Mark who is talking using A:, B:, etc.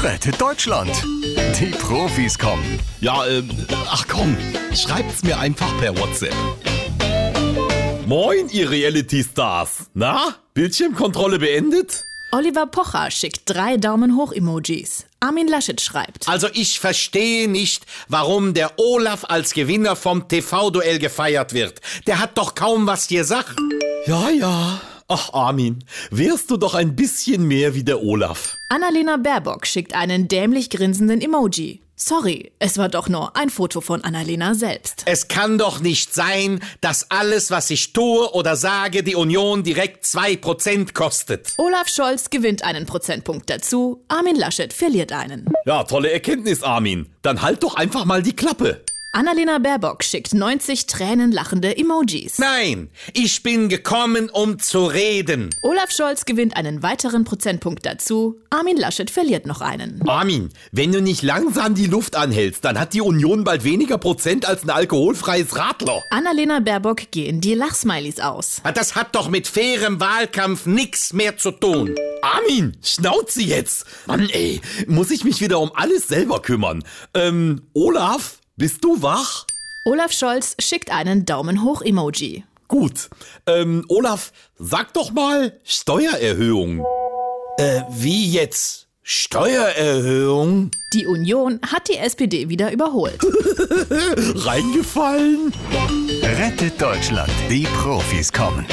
A: rettet Deutschland. Die Profis kommen.
B: Ja, ähm, ach komm, schreibt's mir einfach per WhatsApp.
C: Moin, ihr Reality-Stars. Na, Bildschirmkontrolle beendet?
D: Oliver Pocher schickt drei Daumen hoch Emojis. Armin Laschet schreibt.
E: Also ich verstehe nicht, warum der Olaf als Gewinner vom TV-Duell gefeiert wird. Der hat doch kaum was gesagt.
C: Ja, ja. Ach, Armin, wärst du doch ein bisschen mehr wie der Olaf.
D: Annalena Baerbock schickt einen dämlich grinsenden Emoji. Sorry, es war doch nur ein Foto von Annalena selbst.
E: Es kann doch nicht sein, dass alles, was ich tue oder sage, die Union direkt 2% kostet.
D: Olaf Scholz gewinnt einen Prozentpunkt dazu, Armin Laschet verliert einen.
C: Ja, tolle Erkenntnis, Armin. Dann halt doch einfach mal die Klappe.
D: Annalena Baerbock schickt 90 tränenlachende Emojis.
E: Nein, ich bin gekommen, um zu reden.
D: Olaf Scholz gewinnt einen weiteren Prozentpunkt dazu, Armin Laschet verliert noch einen.
C: Armin, wenn du nicht langsam die Luft anhältst, dann hat die Union bald weniger Prozent als ein alkoholfreies Radler.
D: Annalena Baerbock gehen die Lachsmileys aus.
E: Ah, Das hat doch mit fairem Wahlkampf nichts mehr zu tun.
C: Armin, schnauze jetzt. Mann, ey, muss ich mich wieder um alles selber kümmern. Ähm, Olaf, bist du wach?
D: Olaf Scholz schickt einen Daumen hoch Emoji.
C: Gut. Ähm, Olaf, sag doch mal Steuererhöhung.
E: Äh, wie jetzt? Steuererhöhung?
D: Die Union hat die SPD wieder überholt.
C: Reingefallen?
A: Rettet Deutschland. Die Profis kommen.